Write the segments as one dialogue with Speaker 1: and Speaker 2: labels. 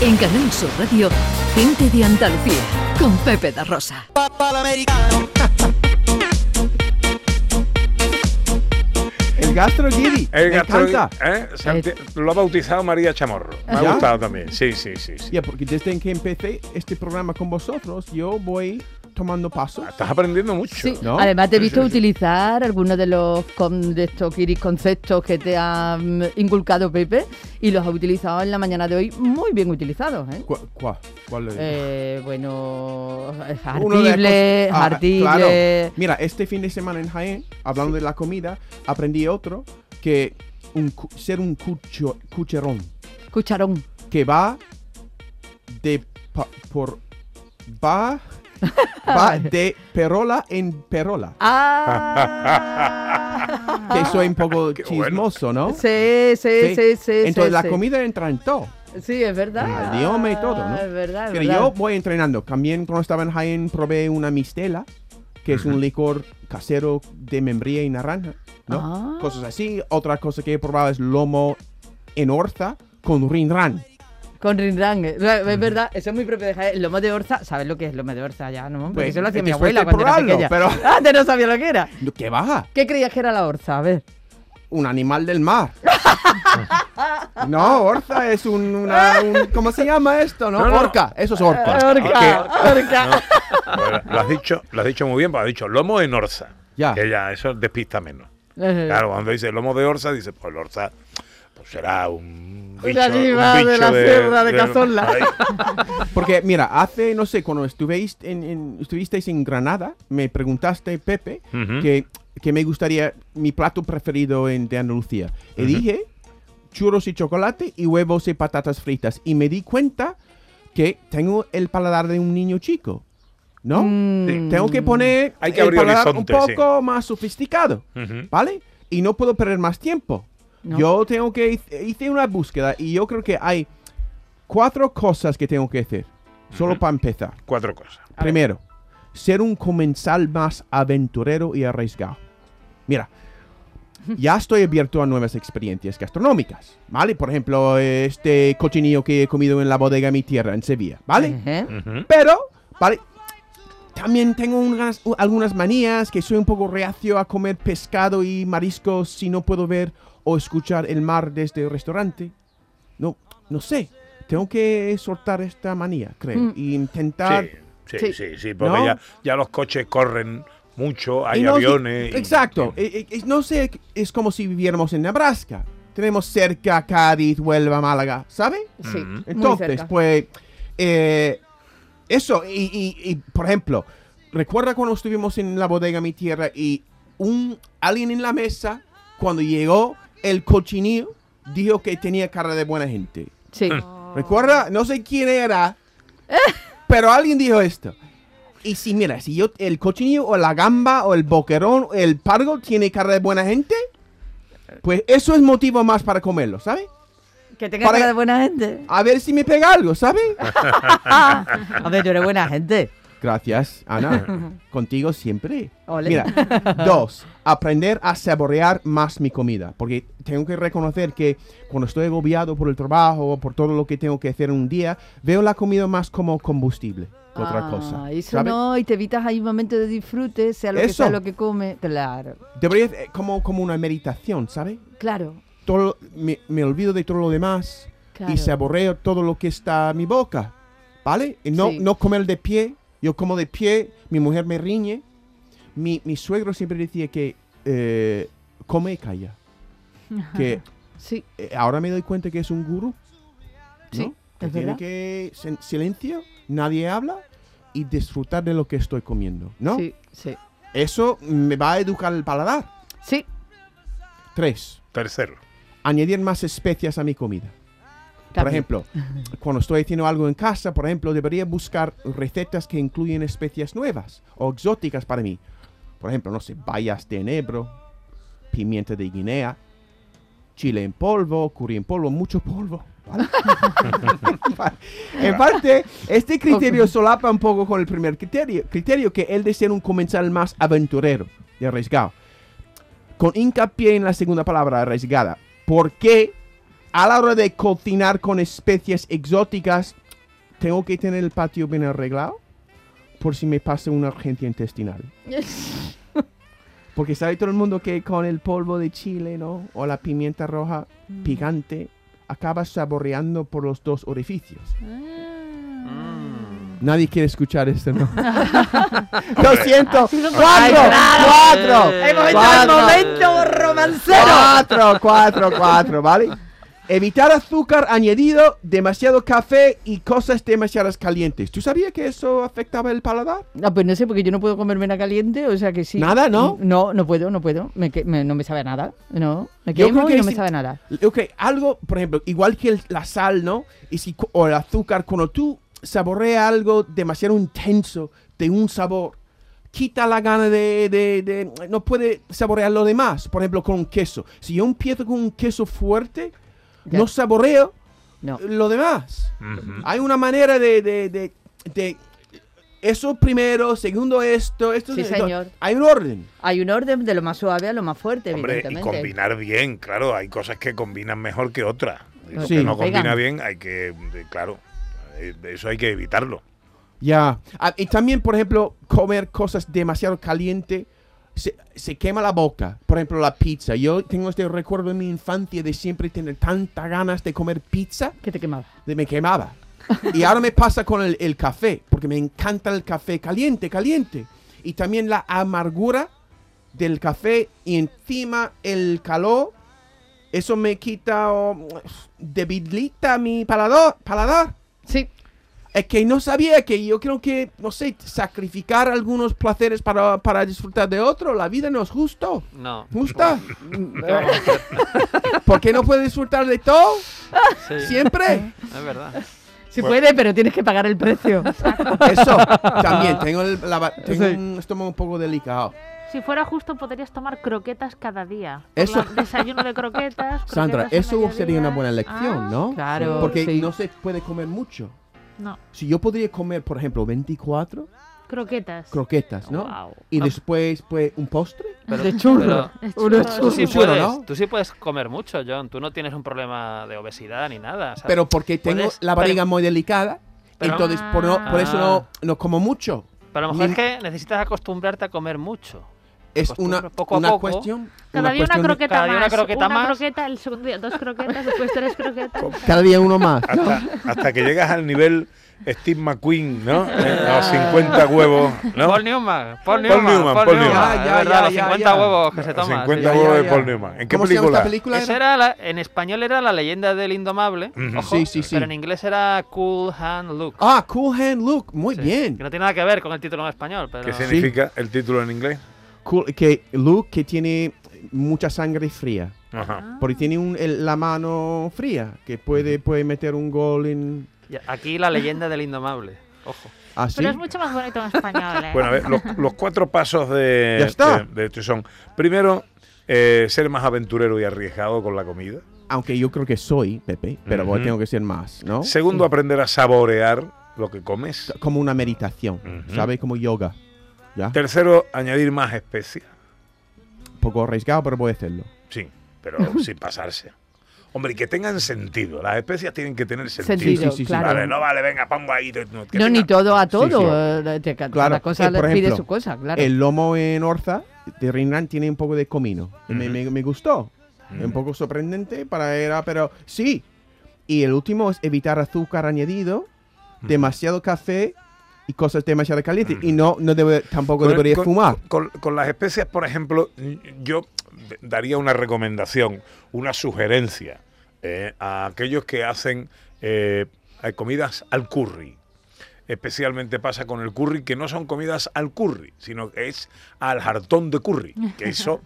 Speaker 1: En Canal Sur Radio, gente de Andalucía, con Pepe da Rosa.
Speaker 2: El gastro Giri.
Speaker 3: El
Speaker 2: me
Speaker 3: gastro-
Speaker 2: encanta.
Speaker 3: ¿eh? Santi- Lo ha bautizado María Chamorro. Me ha
Speaker 2: ¿Ya?
Speaker 3: gustado también. Sí, sí, sí. sí.
Speaker 2: Ya, porque desde que empecé este programa con vosotros, yo voy tomando pasos.
Speaker 3: Estás aprendiendo mucho.
Speaker 4: Sí,
Speaker 2: ¿No?
Speaker 4: además te he
Speaker 3: Sí,
Speaker 4: visto
Speaker 3: sí, sí.
Speaker 4: utilizar algunos de los con- de estos kiris conceptos que te ha mm, inculcado Pepe y los ha utilizado en la mañana de hoy muy bien utilizados, ¿eh?
Speaker 2: ¿Cuál? ¿Cuál? cuál es?
Speaker 4: Eh, bueno,
Speaker 2: Uno de
Speaker 4: artibles,
Speaker 2: cos- Ah,
Speaker 4: artibles.
Speaker 2: claro. Mira, este fin de semana en Jaén, hablando de la comida, aprendí otro que un cu- ser un cucho- cucherón
Speaker 4: Cucharón.
Speaker 2: que va de pa- por va va de perola en perola.
Speaker 4: Ah.
Speaker 2: Que soy un poco
Speaker 3: Qué bueno.
Speaker 2: chismoso, ¿no?
Speaker 4: Sí, sí, sí, sí. sí,
Speaker 2: Entonces la
Speaker 4: sí.
Speaker 2: comida entra en todo.
Speaker 4: Sí, es verdad.
Speaker 2: El idioma y todo, ¿no?
Speaker 4: Es verdad. es
Speaker 2: Pero
Speaker 4: verdad.
Speaker 2: yo voy entrenando. También cuando estaba en Jaén probé una mistela, que es un licor casero de membría y naranja, ¿no?
Speaker 4: Ah.
Speaker 2: Cosas así. Otra cosa que he probado es lomo en orza con rinran.
Speaker 4: Con Rinran, eh. es verdad, eso es muy propio de Jaén. El lomo de orza, ¿sabes lo que es lomo de orza ya? No, porque
Speaker 2: Pues,
Speaker 4: eso lo hacía mi
Speaker 2: después de
Speaker 4: abuela cuando era
Speaker 2: probarlo,
Speaker 4: pequeña. Ah,
Speaker 2: pero-
Speaker 4: Antes no sabía lo que era.
Speaker 2: ¿Qué baja?
Speaker 4: ¿Qué creías que era la orza? A ver.
Speaker 2: Un animal del mar. no, orza es un, una- un- ¿Cómo se llama esto? No,
Speaker 3: No, no.
Speaker 2: orca. Eso es orca.
Speaker 4: Ah, Orca, orca.
Speaker 3: Bueno, lo, has dicho, lo has dicho muy bien, pues has dicho lomo en orza.
Speaker 2: Ya.
Speaker 3: Que ya eso despista menos.
Speaker 4: Eh,
Speaker 3: Claro, cuando dice lomo de orza, dice, pues el orza pues será un bicho,
Speaker 4: Una
Speaker 3: un
Speaker 4: diva de
Speaker 3: bicho
Speaker 4: la sierra de Cazorla.
Speaker 3: Ay,
Speaker 2: Porque, mira, hace, no sé, cuando estuvéis en, en- estuvisteis en Granada, me preguntaste, Pepe,
Speaker 3: Ujú.
Speaker 2: que, que me gustaría mi plato preferido en, de Andalucía. Y
Speaker 3: Ujú.
Speaker 2: dije churros y chocolate y huevos y patatas fritas. Y me di cuenta que tengo el paladar de un niño chico, ¿no?
Speaker 4: mm,
Speaker 2: Tengo que poner
Speaker 3: Hay que
Speaker 2: el
Speaker 3: abrir
Speaker 2: paladar un
Speaker 3: horizonte, sí.
Speaker 2: poco más sofisticado,
Speaker 3: Ujú.
Speaker 2: ¿vale? Y no puedo perder más tiempo.
Speaker 4: No.
Speaker 2: Yo tengo que... hic- Hice una búsqueda y yo creo que hay cuatro cosas que tengo que hacer. Solo para empezar.
Speaker 3: Cuatro cosas.
Speaker 4: A ver.
Speaker 2: Primero, ser un comensal más aventurero y arriesgado. Mira, ya estoy abierto a nuevas experiencias gastronómicas, ¿vale? Por ejemplo, este cochinillo que he comido en la bodega de mi tierra, en Sevilla, ¿vale?
Speaker 4: Ejé.
Speaker 3: Ujú.
Speaker 2: Pero, ¿vale? También tengo unas- u- algunas manías que soy un poco reacio a comer pescado y mariscos si no puedo ver o escuchar el mar desde el restaurante. No, no sé. Tengo que soltar esta manía, creo,
Speaker 4: Mm.
Speaker 2: y intentar
Speaker 3: Sí, sí,
Speaker 4: Sí.
Speaker 3: sí, sí, porque
Speaker 2: ¿No?
Speaker 3: ya, ya los coches corren mucho, hay
Speaker 2: Y no sé-
Speaker 3: aviones. y-
Speaker 2: exacto. Eh, eh, no sé, es como si viviéramos en Nebraska. Tenemos cerca Cádiz, Huelva, Málaga, ¿sabe?
Speaker 4: Sí,
Speaker 3: Mm.
Speaker 4: muy
Speaker 2: Entonces,
Speaker 4: cerca.
Speaker 2: pues, eh, eso. Y, y- y, por ejemplo, recuerda cuando estuvimos en la bodega Mi Tierra y un alguien en la mesa, cuando llegó el cochinillo, dijo que tenía cara de buena gente.
Speaker 4: Sí.
Speaker 2: mm. Recuerda, no sé quién era, pero alguien dijo esto. Y si mira, si yo el cochinillo o la gamba o el boquerón o el pargo tiene cara de buena gente, pues eso es motivo más para comerlo, ¿sabes?
Speaker 4: Que tenga
Speaker 2: Para-
Speaker 4: cara de buena gente.
Speaker 2: A ver si me pega algo, ¿sabes?
Speaker 4: A ver, tú eres buena gente.
Speaker 2: Gracias, Ana. Contigo siempre.
Speaker 4: Ole.
Speaker 2: Mira, dos, aprender a saborear más mi comida. Porque tengo que reconocer que cuando estoy agobiado por el trabajo o por todo lo que tengo que hacer en un día, veo la comida más como combustible que otra
Speaker 4: Ah,
Speaker 2: cosa.
Speaker 4: Eso
Speaker 2: ¿sabes?
Speaker 4: no, y te evitas ahí un momento de disfrute, sea lo que
Speaker 2: Eso.
Speaker 4: sea lo que come. Claro,
Speaker 2: Debería ser como, como una meditación, ¿sabes?
Speaker 4: claro,
Speaker 2: Todo, me, me olvido de todo lo demás
Speaker 4: claro.
Speaker 2: y saboreo todo lo que está en mi boca. ¿Vale? Y no,
Speaker 4: Sí.
Speaker 2: no comer de pie. Yo como de pie, mi mujer me riñe. Mi, mi suegro siempre decía que eh, come y calla. Que
Speaker 4: Sí,
Speaker 2: eh, ahora me doy cuenta que es un gurú. ¿no?
Speaker 4: Sí,
Speaker 2: Que
Speaker 4: es
Speaker 2: tiene
Speaker 4: verdad.
Speaker 2: que sen- silencio, nadie habla y disfrutar de lo que estoy comiendo, ¿no?
Speaker 4: sí, sí.
Speaker 2: Eso me va a educar el paladar.
Speaker 4: Sí,
Speaker 2: Tres,
Speaker 3: Tercero.
Speaker 2: añadir más especias a mi comida. Por
Speaker 4: también.
Speaker 2: ejemplo, cuando estoy haciendo algo en casa, por ejemplo, debería buscar recetas que incluyen especias nuevas o exóticas para mí. Por ejemplo, no sé, bayas de enebro, pimienta de Guinea, chile en polvo, curry en polvo, mucho polvo. ¿vale? en parte, este criterio solapa un poco con el primer criterio, criterio que el de ser un comensal más aventurero y arriesgado. Con hincapié en la segunda palabra, arriesgada. ¿Por qué a la hora de cocinar con especies exóticas, tengo que tener el patio bien arreglado por si me pasa una urgencia intestinal. Porque sabe todo el mundo que con el polvo de chile, ¿no? O la pimienta roja picante, acabas saboreando por los dos orificios. Nadie quiere escuchar esto, ¿no? Lo siento. Cuatro, cuatro,
Speaker 4: Hemos entrado en
Speaker 2: cuatro,
Speaker 4: momento romancero.
Speaker 2: cuatro, cuatro, cuatro, ¿vale? Evitar azúcar añadido, demasiado café y cosas demasiadas calientes. ¿Tú sabías que eso afectaba el paladar?
Speaker 4: Ah, pues no sé, porque yo no puedo comerme nada caliente, o sea que sí.
Speaker 2: Nada, ¿no?
Speaker 4: No, no puedo, no puedo. Me que- me- no me sabe a nada. No, me
Speaker 2: Yo
Speaker 4: quemo
Speaker 2: creo que
Speaker 4: y no me
Speaker 2: si-
Speaker 4: sabe a nada.
Speaker 2: Ok, algo, por ejemplo, igual que el- la sal, ¿no? Y si, cu- o el azúcar, cuando tú saboreas algo demasiado intenso de un sabor, quita la gana de, de- de- No puede saborear lo demás. Por ejemplo, con un queso. Si yo empiezo con un queso fuerte,
Speaker 4: Ya.
Speaker 2: no saboreo
Speaker 4: No.
Speaker 2: lo demás.
Speaker 3: Ujú.
Speaker 2: Hay una manera de... de, de- de- eso primero, segundo esto, esto...
Speaker 4: Sí,
Speaker 2: esto.
Speaker 4: señor.
Speaker 2: Hay un orden.
Speaker 4: Hay un orden de lo más suave a lo más fuerte,
Speaker 3: Hombre, y
Speaker 4: evidentemente.
Speaker 3: combinar bien, claro, hay cosas que combinan mejor que otras. Y Lo
Speaker 2: Pues Sí.
Speaker 3: que no
Speaker 4: Pegan.
Speaker 3: combina bien, hay que, de- claro, eh, eso hay que evitarlo.
Speaker 2: Ya. Ah, y también, por ejemplo, comer cosas demasiado caliente. Se, se quema la boca. Por ejemplo, la pizza. Yo tengo este recuerdo en mi infancia de siempre tener tantas ganas de comer pizza
Speaker 4: Que te quemaba.
Speaker 2: de me quemaba. Y ahora me pasa con el, el café, porque me encanta el café caliente, caliente. Y también la amargura del café y encima el calor. Eso me quita o debilita mi paladar. paladar.
Speaker 4: Sí,
Speaker 2: Es que no sabía que yo creo que, no sé, sacrificar algunos placeres para, para disfrutar de otro. La vida no es justo.
Speaker 5: No.
Speaker 2: ¿Justa?
Speaker 5: ¿Qué vamos a hacer?
Speaker 2: ¿Por qué no puedes disfrutar de todo?
Speaker 5: Sí,
Speaker 2: Siempre.
Speaker 5: es verdad.
Speaker 4: sí puede, pero tienes que pagar el precio.
Speaker 2: Eso, también. Tengo, el, la va- tengo un estómago un poco delicado.
Speaker 6: Si fuera justo, podrías tomar croquetas cada día. Por
Speaker 2: Eso-
Speaker 6: la- Desayuno de croquetas.
Speaker 2: Sandra,
Speaker 6: croquetas al
Speaker 2: eso sería
Speaker 6: mediodía.
Speaker 2: una buena lección,
Speaker 6: Ah,
Speaker 2: ¿no?
Speaker 4: Claro.
Speaker 2: Porque
Speaker 4: sí.
Speaker 2: no se puede comer mucho.
Speaker 6: No,
Speaker 2: Si yo podría comer, por ejemplo, 24
Speaker 6: croquetas.
Speaker 2: croquetas, ¿no?
Speaker 6: Guau.
Speaker 2: Y
Speaker 5: Ah.
Speaker 2: después, pues, un postre.
Speaker 5: Pero,
Speaker 4: de churro.
Speaker 5: pero
Speaker 6: Es
Speaker 4: Uno
Speaker 6: churro.
Speaker 5: tú, sí
Speaker 2: Un churro,
Speaker 5: puedes,
Speaker 2: ¿no?
Speaker 5: tú sí puedes comer mucho, John. Tú no tienes un problema de obesidad ni nada. o sea,
Speaker 2: Pero porque tengo
Speaker 5: puedes-
Speaker 2: la barriga
Speaker 5: pero-
Speaker 2: muy delicada,
Speaker 5: pero- Ah.
Speaker 2: entonces por, no- por eso no, no como mucho.
Speaker 5: Pero a lo mejor
Speaker 2: ni-
Speaker 5: es que necesitas acostumbrarte a comer mucho.
Speaker 2: Es
Speaker 5: Acostumbra,
Speaker 2: una,
Speaker 5: Pues poco a
Speaker 2: una
Speaker 5: poco.
Speaker 2: cuestión.
Speaker 6: Cada día una
Speaker 2: cuestión de-
Speaker 6: croqueta
Speaker 5: Cada día
Speaker 6: más.
Speaker 5: una croqueta más.
Speaker 6: croqueta, el segundo día dos croquetas, después tres croquetas.
Speaker 2: Cada día uno más.
Speaker 3: Hasta, hasta que llegas al nivel Steve McQueen, ¿no? Eh, Los 50 huevos, ¿no?
Speaker 5: Paul Newman, Paul
Speaker 3: Paul
Speaker 5: Newman,
Speaker 3: Newman, Paul Newman.
Speaker 5: es
Speaker 2: Ya, ya,
Speaker 5: verdad, los
Speaker 2: ya,
Speaker 5: 50
Speaker 2: ya.
Speaker 5: huevos que se
Speaker 3: Los
Speaker 5: toman.
Speaker 3: 50
Speaker 5: sí.
Speaker 3: huevos de Paul Newman. ¿En qué
Speaker 2: ¿Cómo se llama esta
Speaker 3: película?
Speaker 2: película?
Speaker 5: Esa
Speaker 2: era?
Speaker 5: era la- en español era la leyenda del indomable,
Speaker 3: Ujú.
Speaker 5: ojo,
Speaker 2: Sí, sí, sí.
Speaker 5: pero en inglés era Cool Hand Luke.
Speaker 2: Ah, Cool Hand Luke. Muy
Speaker 5: Sí,
Speaker 2: bien.
Speaker 5: Que no tiene nada que ver con el título en español, pero
Speaker 3: ¿Qué significa el título en inglés?
Speaker 2: Cool- que Luke que tiene mucha sangre fría.
Speaker 3: Ajá.
Speaker 2: Porque
Speaker 6: Ah.
Speaker 2: tiene un- el- la mano fría, que puede, puede meter un gol en...
Speaker 5: Ya, aquí la leyenda del indomable. Ojo.
Speaker 2: Así.
Speaker 6: Pero es mucho más bonito en español, ¿eh?
Speaker 3: Bueno, a ver, los, los cuatro pasos de,
Speaker 2: Ya está.
Speaker 3: de- de esto son, primero, eh, ser más aventurero y arriesgado con la comida.
Speaker 2: Aunque yo creo que soy, Pepe, pero voy-
Speaker 3: Ujú.
Speaker 2: tengo que ser más, ¿no?
Speaker 3: Segundo, aprender a saborear lo que comes.
Speaker 2: Como una meditación,
Speaker 3: Ujú.
Speaker 2: ¿sabes? Como yoga. ¿Ya?
Speaker 3: Tercero, añadir más especias.
Speaker 2: Un poco arriesgado, pero voy a hacerlo.
Speaker 3: Sí, pero sin pasarse. Hombre, y que tengan sentido. Las especias tienen que tener sentido.
Speaker 4: Sentido,
Speaker 2: sí, sí, sí.
Speaker 4: claro.
Speaker 3: Vale, no vale, venga, pongo ahí. que No,
Speaker 4: No, ni todo a
Speaker 2: Sí,
Speaker 4: todo.
Speaker 2: sí.
Speaker 4: eh, te-
Speaker 2: Claro,
Speaker 4: Cada cosa
Speaker 2: eh, por
Speaker 4: le pide
Speaker 2: ejemplo,
Speaker 4: su cosa, claro.
Speaker 2: El lomo en orza de Rinran tiene un poco de comino. me,
Speaker 3: Ujú.
Speaker 2: me- me gustó.
Speaker 3: Mm.
Speaker 2: Un poco sorprendente para era, pero sí. Y el último es evitar azúcar añadido, demasiado café y cosas demasiado calientes. Y no, no debe, tampoco debería fumar.
Speaker 3: Con, con las especias, por ejemplo, yo daría una recomendación, una sugerencia eh, a aquellos que hacen eh, comidas al curry. Especialmente pasa con el curry, que no son comidas al curry, sino que es al jartón de curry, que eso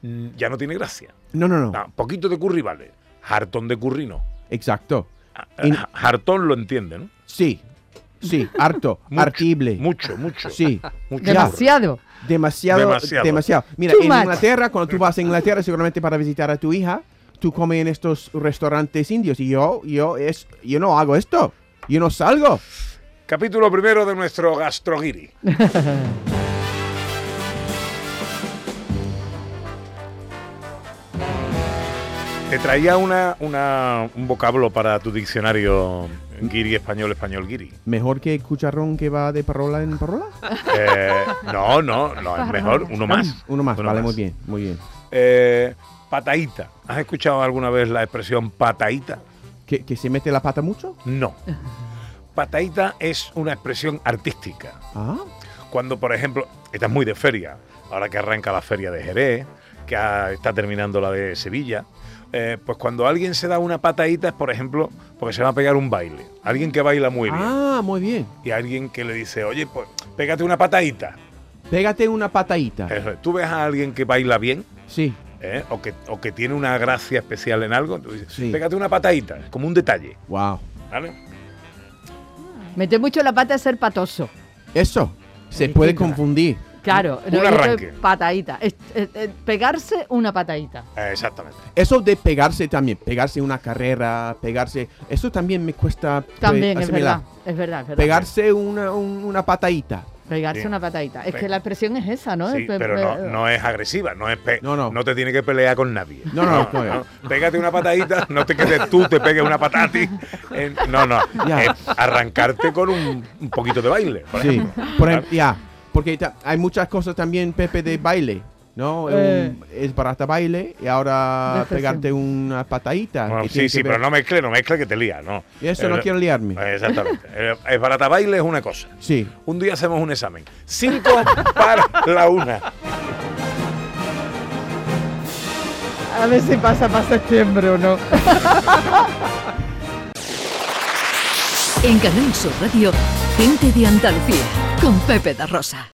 Speaker 3: mm, ya no tiene gracia.
Speaker 2: No, no, no.
Speaker 3: Ah, poquito de curry vale. Jartón de curry no.
Speaker 2: Exacto.
Speaker 3: Ah,
Speaker 2: Y-
Speaker 3: ah, Jartón lo entiende, ¿no?
Speaker 2: Sí. Sí, harto,
Speaker 3: Mucho,
Speaker 2: hartible.
Speaker 3: Mucho, mucho.
Speaker 2: Sí.
Speaker 3: mucho
Speaker 2: ya.
Speaker 4: Demasiado.
Speaker 2: Demasiado, demasiado.
Speaker 3: Demasiado.
Speaker 2: Mira,
Speaker 4: Too
Speaker 2: en
Speaker 4: much.
Speaker 2: Inglaterra, cuando tú vas a Inglaterra, seguramente para visitar a tu hija, tú comes en estos restaurantes indios. Y yo, yo, es, yo no hago esto. Yo no salgo.
Speaker 3: curry. Capítulo primero de nuestro gastroguiri. Te traía una, una- un vocablo para tu diccionario guiri español español guiri.
Speaker 2: ¿Mejor que cucharrón que va de parola en parola?
Speaker 3: Eh, no, no, no, es mejor uno más.
Speaker 2: Uno más,
Speaker 3: Uno
Speaker 2: vale,
Speaker 3: más.
Speaker 2: muy bien, muy bien.
Speaker 3: Eh, pataíta. ¿Has escuchado alguna vez la expresión pataíta?
Speaker 2: ¿Que, que se mete la pata mucho?
Speaker 3: No. Pataíta es una expresión artística.
Speaker 2: Ah,
Speaker 3: Cuando, por ejemplo, estás muy de feria, ahora que arranca la feria de Jerez, que ah, está terminando la de Sevilla, eh, pues cuando alguien se da una patadita es, por ejemplo, porque se va a pegar un baile. Alguien que baila muy bien.
Speaker 2: ah, muy bien.
Speaker 3: Y alguien que le dice, oye, pues pégate una patadita.
Speaker 2: Pégate una patadita.
Speaker 3: Eso es. Tú ves a alguien que baila bien
Speaker 2: Sí,
Speaker 3: ¿eh? o, que, o que tiene una gracia especial en algo, tú dices,
Speaker 2: Sí.
Speaker 3: pégate una patadita, como un detalle.
Speaker 2: wow.
Speaker 3: ¿vale?
Speaker 4: Meter mucho la pata es ser patoso.
Speaker 2: Eso, se
Speaker 4: Es
Speaker 2: puede
Speaker 4: distinto.
Speaker 2: confundir.
Speaker 4: Claro,
Speaker 3: Un
Speaker 4: no, esto es
Speaker 3: arranque.
Speaker 4: patadita. Es- es- es pegarse una patadita.
Speaker 3: Eh, exactamente.
Speaker 2: Eso de pegarse también, pegarse una carrera, pegarse... Eso también me cuesta pues,
Speaker 4: También, es
Speaker 2: asimilar.
Speaker 4: verdad, es verdad. es verdad.
Speaker 2: Pegarse una, un- una patadita.
Speaker 4: Pegarse
Speaker 3: Sí.
Speaker 4: una patadita. Es
Speaker 3: Pe-
Speaker 4: que la expresión es esa, ¿no?
Speaker 3: Sí,
Speaker 4: Es pe-
Speaker 3: pero
Speaker 4: pe-
Speaker 3: no, no es agresiva, no es pe-
Speaker 2: No,
Speaker 3: no,
Speaker 2: no.
Speaker 3: te tiene que pelear con nadie.
Speaker 2: No, no, no.
Speaker 3: Pégate una patadita, no te quedes tú, te pegues una patata. a ti. Eh, no, no.
Speaker 2: Ya.
Speaker 3: es arrancarte con un, un poquito de baile. por
Speaker 2: sí,
Speaker 3: ejemplo.
Speaker 2: por ejemplo, ya. Porque ta- hay muchas cosas también, Pepe, de baile. ¿No?
Speaker 4: Eh.
Speaker 2: Un- es barata baile y ahora
Speaker 4: Depresión.
Speaker 2: pegarte una patadita.
Speaker 3: Bueno,
Speaker 2: que Ah, tiene
Speaker 3: sí,
Speaker 2: que
Speaker 3: sí,
Speaker 2: ver-
Speaker 3: pero no mezcle, no mezcle que te lía, no.
Speaker 2: Eso, no
Speaker 3: Eh,
Speaker 2: quiero liarme.
Speaker 3: eh, Exactamente. Eh, Es barata baile, es una cosa.
Speaker 2: Sí.
Speaker 3: Un día hacemos un examen. Cinco para la una.
Speaker 4: A ver si pasa para septiembre o no.
Speaker 1: En Canal Sur Radio, gente de Andalucía, con Pepe da Rosa.